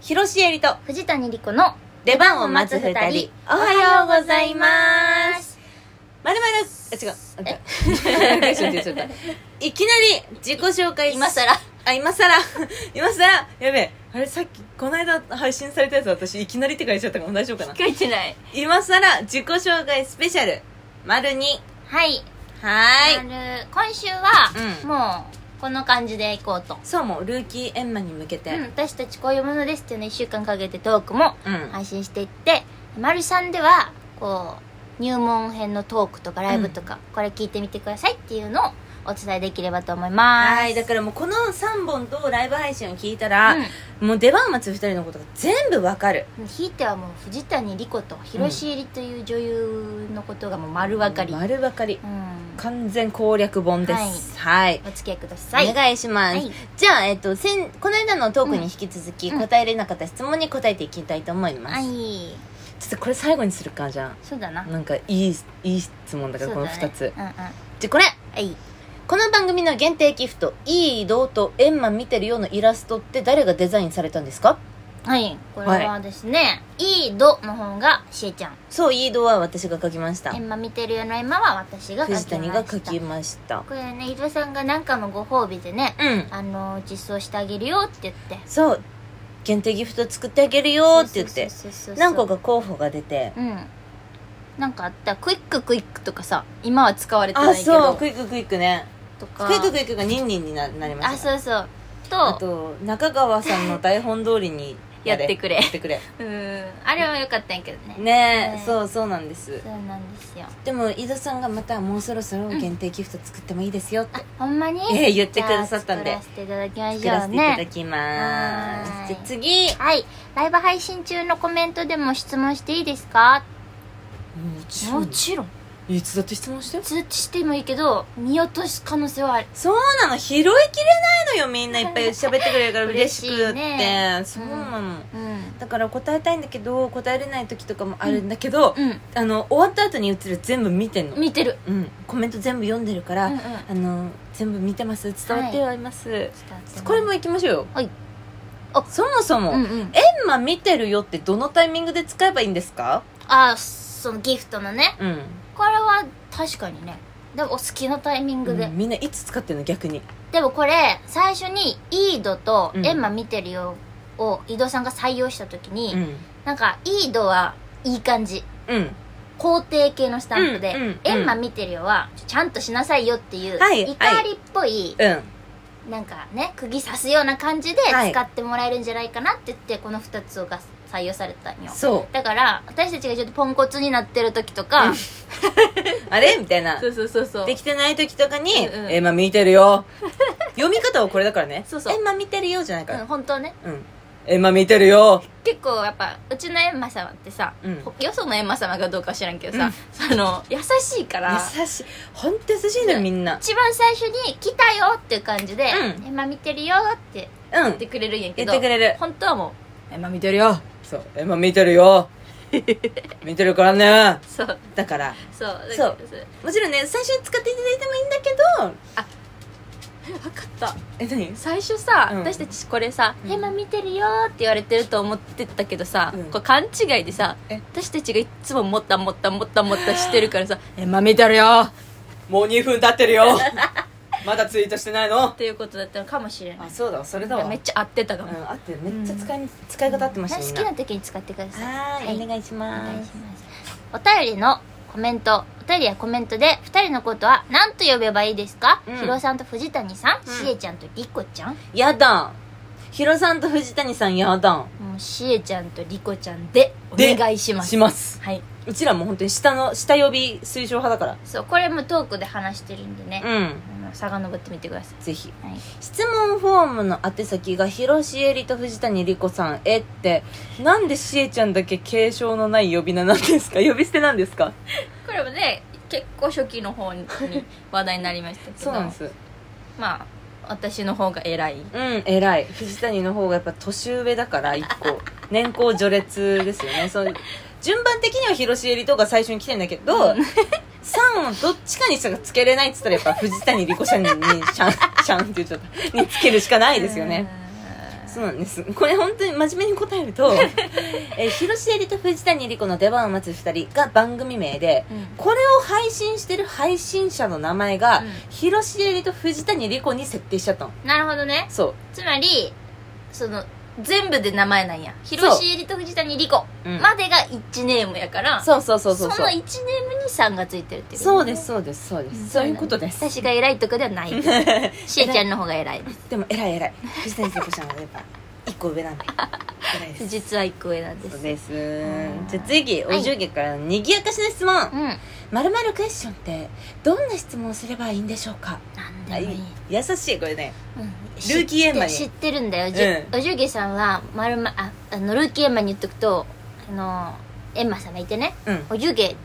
広ロエリと藤谷莉子の出番を待つ二人おはようございますまるまるあ違うえ大丈夫大丈夫 いきなり自己紹介し今更あ今さら今さらやべえあれさっきこの間配信されたやつ私いきなりって書いちゃったから大丈夫かな書いてない今さら自己紹介スペシャル丸にはいはーいなる今週は、うんもうこの感じでいこうと、そうもうルーキーエンマに向けてうん私たちこういうものですっていうの1週間かけてトークもうん、配信していって「まるさん」ではこう入門編のトークとかライブとか、これ聞いてみてくださいっていうのをお伝えできればと思いますはいだからもうこの3本とライブ配信を聞いたら、うんもう出番を待つ2人のことが全部わかるひいてはもう藤谷莉子と広重りという女優のことがもう丸分かり、うん丸わかり完全攻略本ですはい、お付き合いくださいお願いします、はいじゃあ、えっと、せんこの間のトークに引き続き、うん答えれなかった質問に答えていきたいと思います、はいちょっとこれ最後にするかじゃそうだなあなんかいいいい質問だからこのそうだ2ねつ、うんうんはじゃあこれいこの番組の限定ギフト「いい道と「エンマ見てるよ」うなイラストって誰がデザインされたんですかはいこれはですね「いいど」の方がしえちゃんそう「いい道」は私が書きまし「たエンマ見てるよ」のエンマは私が書きま藤した谷が書きましたこれね伊藤さんが何かのご褒美でね、うんあの実装してあげるよって言ってそう限定ギフト作ってあげるよって言ってそうそうそうそう何個か候補が出てうんなんかあったクイッククイックとかさ今は使われてなあいけどそうクイッククイックねとかクイッククイックがニンニンにななりましたあそうそうあとと中川さんの台本通りに やってくれやってく れうんあれは良かったんやけどねねえねそうそうなんですそうなんですよでも井戸さんがまたもうそろそろ限定ギフト作ってもいいですよってほんまにええ言ってくださったんでじゃあ作らせていただきましょうね作らせていただきますはーいじゃあ次はいライブ配信中のコメントでも質問していいですかもちもちろんいつだって質問して通知してもいいけど見落とす可能性はあるそうなの拾いきれないのよみんないっぱい喋ってくれるから嬉しくっ 嬉しいねてそうなのうんだから答えたいんだけど答えれない時とかもあるんだけどうんあの終わった後に映る全部見てんの見てるうんコメント全部読んでるからうんうんあの全部見てます伝わってはいますこれも行きましょうよはいあそもそもうんうエんンマ見てるよってどのタイミングで使えばいいんですかあそのギフトのねうんこれは確かにねでもお好きなタイミングで、うんみんないつ使ってるの逆にでもこれ最初に「イード」と「うんエンマ見てるよ」を井戸さんが採用した時に、うんなんか「イード」はいい感じうん肯定系のスタンプでう「んうんうんエンマ見てるよ」はちゃんとしなさいよっていう、はい怒りっぽい、うんなんかね釘刺すような感じではい使ってもらえるんじゃないかなって言ってこの2つが採用されたんよそうだから私たちがちょっとポンコツになってる時とか、あれみたいなうそうそうそできてない時とかにうんうんエマ見てるよ」 読み方はこれだからね「そうそうエマ見てるよ」じゃないかうんら本当はね「うん、エマ見てるよ結構やっぱうちのエンマ様ってさ、うんほよそのエンマ様がどうかは知らんけうどさん、その優しいか」ら優しい本当優しいのよみんな一番最初に「来たよ」っていう感じでう「エンマ見てるよ」ってうん言ってくれるんやけ言どってくれる本当はも「エマ見てるよ」そう「エマ見てる よ」見てるからねうそうだからそうだそうからもちろんね最初に使っていただいてもいいんだけど分かったえ何最初さ、うん私たちこれさ「うんエンマ見てるよ」って言われてると思ってたけどさ、うんこれ勘違いでさえ私たちがいっつももったもったもったもったしてるからさエマ見てるよもう2分経ってる よまだツイートしてないのっていうことだったのかもしれなあいそうだわそれだわめっちゃ合ってたかも、うん、あってるめっちゃ使い,、使い方合ってましたみん好なきな時に使ってくださいはーい、はいお願いしお願まいしす。ますお便りのコメントお便りやコメントで2人のことは何と呼べばいいですか、うんひろさんと藤谷さん、うんしえちゃんとりこちゃんやだ。ヒロさんと藤谷さんやだ。もうしえちゃんとりこちゃんでおで願いしますします。はいうちらも本当に下の、下呼び推奨派だかそうこれもトークで話してるんでね、ら。うん。あの遡ってみてくださぜひ。い、はい、質問フォームの宛先が、ヒロシエリと藤谷リコさんへって、なんでしえちゃんだけ継承のない呼び名なんですか 呼び捨てなんですかこれもね結構初期の方に話題になりましたけど そうなんです。まあ私の方が偉いうん、偉い。藤谷の方がやっぱ年上だから、一 個。年功序列ですよね。そう順番的には広重りとか最初に来てんだけど、3をどっちかにしかつけれないっつったらやっぱ藤谷莉子ちゃんに、にシャン、シャンって言っちゃった。につけるしかないですよね。うんそそうなんですこれ本当に真面目に答える とえ広重里と藤谷莉子の出番を待つ2人が番組名でうんこれを配信してる配信者の名前が、うん広重里と藤谷莉子に設定しちゃったのなるほどねそつまりその全部で名前なんや広重里と藤谷莉子う、うんまでが1ネームやからそうそうそうそうその1ネームに3がついてるっていうことそうねですそうですそうでんすそういうことです私が偉いとかで はないですしえちゃんの方が偉いですでも偉い偉い藤谷莉子ちゃんはやっぱ1個上なんで偉いです実は1個上なんでそうすですんじゃあ次おじゅうげからのにぎやかしの質問、うんなんまるまるクエスチョンってどんな質問をすればいいんでしょうか、でもいい、優しいこれねうんルーキーエンマに知って知ってるんだよ、じゅうおじゅうげさんはまるまああのルーキーエンマに言っとくとあのエンマさんがいてねうんおじゅうげ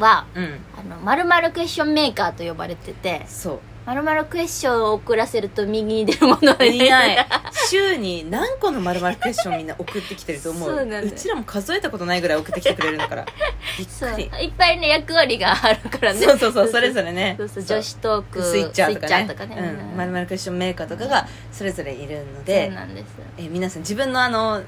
はうんあのまるまるクエスチョンメーカーと呼ばれてて そまるまるクエスチョンを送らせると右に出るものはういないい週に何個のまるまるクエスチョンみんな送ってきてると思うそうなんだよちらも数えたことないぐらい送ってきてくれるんだ からびっそうくりいっぱいね役割があるからねそうそうそうそれぞれねそうそう女子トークスイッチャーとスイかッねチャうん、まるまるクエスチョンメーカーとかがそれぞれいるのそうで、なんですえ皆さん自分のあの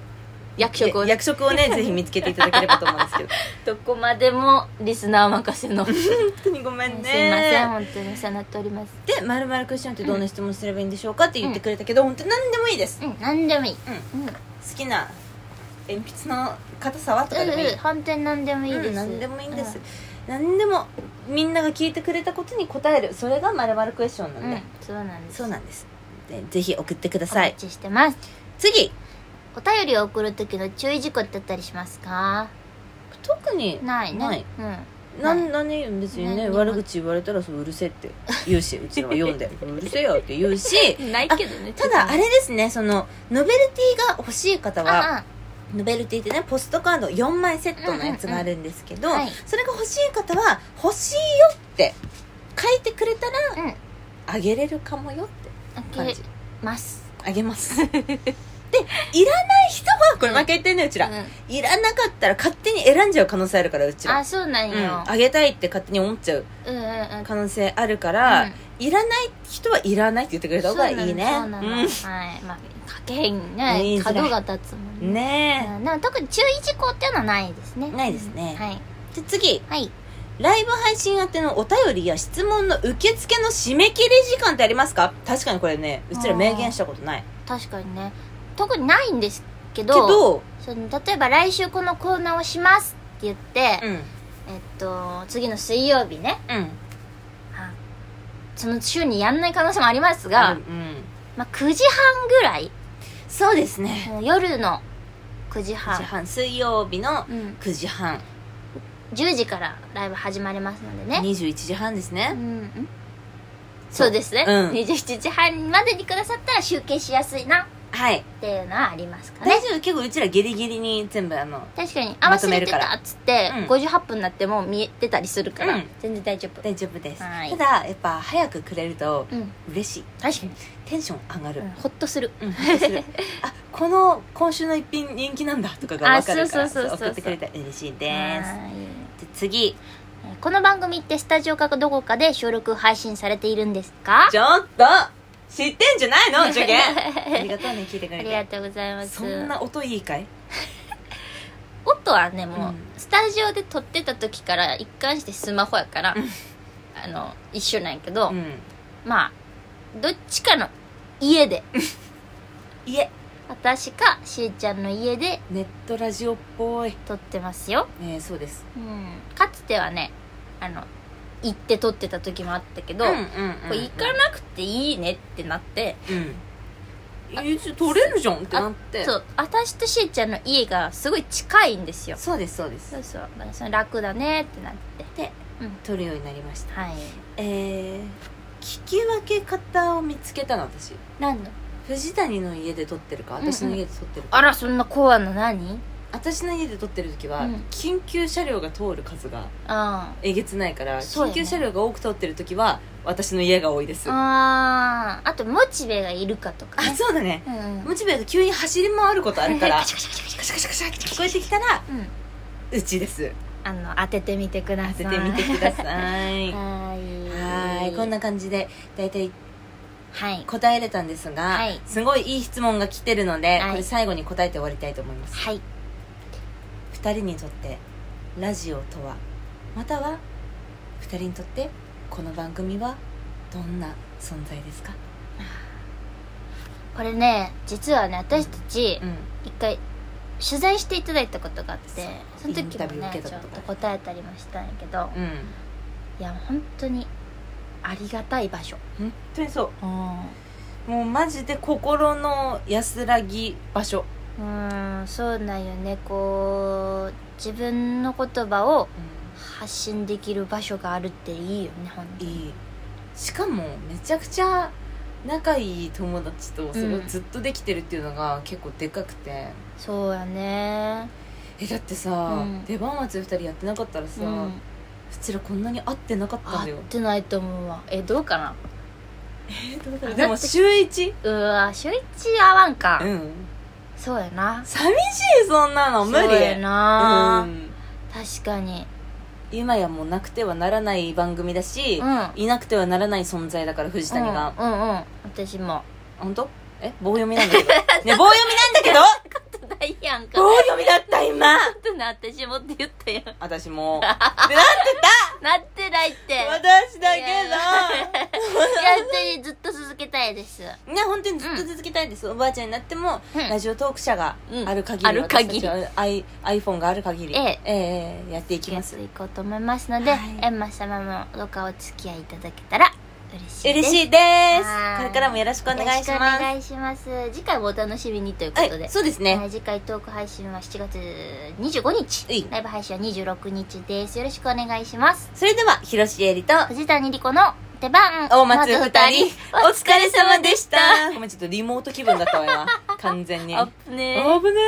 役職を役職を ねぜひ見つけていただければと思うんですけどどこまでもリスナー任せのすい本当にごめんねません本当にお世話になっておりますで「まるまるクッションってどんな質問すればいいんでしょうか?」って言ってくれたけど、本当に何でもいいですうん何でもいいうん好きな鉛筆の硬さはとかでもいい、うん本当に何でもいいです、うん何でもいいんです、何でもみんなが聞いてくれたことに答えるそれがまるまるクエスチョンなうん、んうで、んそうなんですそうなんですでぜひ送ってくだおさい待ちしてます次お便りを送る時の注意事項ってあったりしますか特にないねないうんなん何別に何ねにも悪口言われたらそううるせえって言う しうちらは読んでうるせえよって言うしないけどねただあれですねそのノベルティが欲しい方ははノベルティってねポストカード4枚セットのやつがあるんですけど、うんうんうんはいそれが欲しい方は「欲しいよ」って書いてくれたらうんあげれるかもよって開感けじますあげます でいらない人はこれ負けてんねうちら、うんいらなかったら勝手に選んじゃう可能性あるからうちらあそうなんうんよ、あげたいって勝手に思っちゃううん、うんうん可能性あるから、うんいらない人はいらないって言ってくれたそう方がなのいいねそうなのはいまあ書けへん言ねいづらい角が立つもんうんねうんでも特に注意事項っていうのはないですねえないですね、はいで次はいライブ配信宛てのお便りや質問の受付の締め切り時間ってありますか確かにこれねうちら明言したことない確かにね特にないんですけけどどその例えば来週このコーナーをしますって言って、うんえっと次の水曜日ねうんあその週にやんない可能性もありますが、が、うん、まあ、9時半ぐらいそうですね もう夜の9時9時半半水曜日のうん、 9時半、 10時からライブ始まりますのでね、 21時半ですうんね、んそうですね、うん27時半までにくださったら集計しやすいなはいっていうのはありますかね大丈夫結構うちらギリギリに全部あの確かに合まわとせめるれてからたっつって、うん58分になっても見えてたりするから、うん全然大丈夫大丈夫ですはいただやっぱ早くくれるとうん嬉しい確かに、テンション上がる、うんほっとする うん、するあこの今週の一品人気なんだとかが分かるからあそうそうそうそう送ってくれたら嬉しいですはいで次えーこの番組ってスタジオかどこかで収録配信されているんですかちょっと知ってんじゃない の受験ありがとうね聞いてくあれりがてとうございますそんな音いいかい音はねもう、うんスタジオで撮ってた時から一貫してスマホやから、あの一緒なんやけど、うんまあどっちかの家でいえ私かしえちゃんの家でネットラジオっぽい撮ってますよ、えー、そうですうん、かつてはねあの行って撮ってた時もあったけど、んうんこれ行かなくていいねってなって、うんえちょ取れるじゃんってなってそう私としえちゃんの家がすごい近いんですよそうですそうですそうそうだからそれ楽だねってなってでうん取るようになりましたはいえー、聞き分け方を見つけたの私何の藤谷の家で撮ってるか私の家で撮ってるか、あらそんなコアの何私の家で撮ってる時は、うん緊急車両が通る数があえげつないから、そうや緊ね急車両が多く通ってる時は私の家が多いですーああーあとモチベがいるかとかねそうだねうんうんモチベが急に走り回ることあるからカカシャシカシャカシャカシャカシャカシャって聞こえてきたらャうんうちですあの当ててみてくださ当いててみてくださいははーいーいこんな感じで大体はい答えれたんですが、はいすごいいい質問が来てるので、はいこれ最後に答えて終わりたいと思いますはい2人にとってラジオとはまたは2人にとってこの番組はどんな存在ですか、これね実はね私たちうん、一回取材していただいたことがあってそそうの時もインタビューね受けちたょっことがと答えたりもしたんやけどうん、いや本当にありがたい場所本当にそううんもうマジで心の安らぎ場所、うーんそうなんよねこう自分の言葉を発信できる場所があるっていいよね本当にいいしかもめちゃくちゃ仲いい友達とそれをうんずっとできてるっていうのが結構でかくて、そうやねえだってさ、うん出番待ち2人やってなかったらさ、ううんちらこんなに会ってなかったんだ合よってないと思うわえどうかなうでも週 1? うわ週一合わんか、うんそうやな寂しいそんなの無理そうやな、うん確かに今やもうなくてはならない番組だし、うんいなくてはならない存在だから藤谷が、うんうんうん私も本当え棒読みなんだけどね棒読みなんだけど ないやんか棒読みだった今とな私もって言ったやん私 もなってないっていや私 だけど私ずっと続けたいですね本当にずっと続けたいです、おばあちゃんになっても、うんラジオトーク社がうんある限り、ある限り私たちはアイ iPhone がある限り、えええええやっていきますいこうと思いますので、はいエンマ様もどうかお付き合いいただけたら嬉しいです嬉しいですはいこれからもよろしくお願いしよろまくおす願いします次回もお楽しみにということで、はいそうですはねい次回トーク配信は7月25日ういライブ配信は26日ですよろしくお願いしますそれでは広重絵里と藤谷莉子の出番大松二人お疲れ様でした ごめんちょっとリモート気分だったわ今完全にアップね危ねえ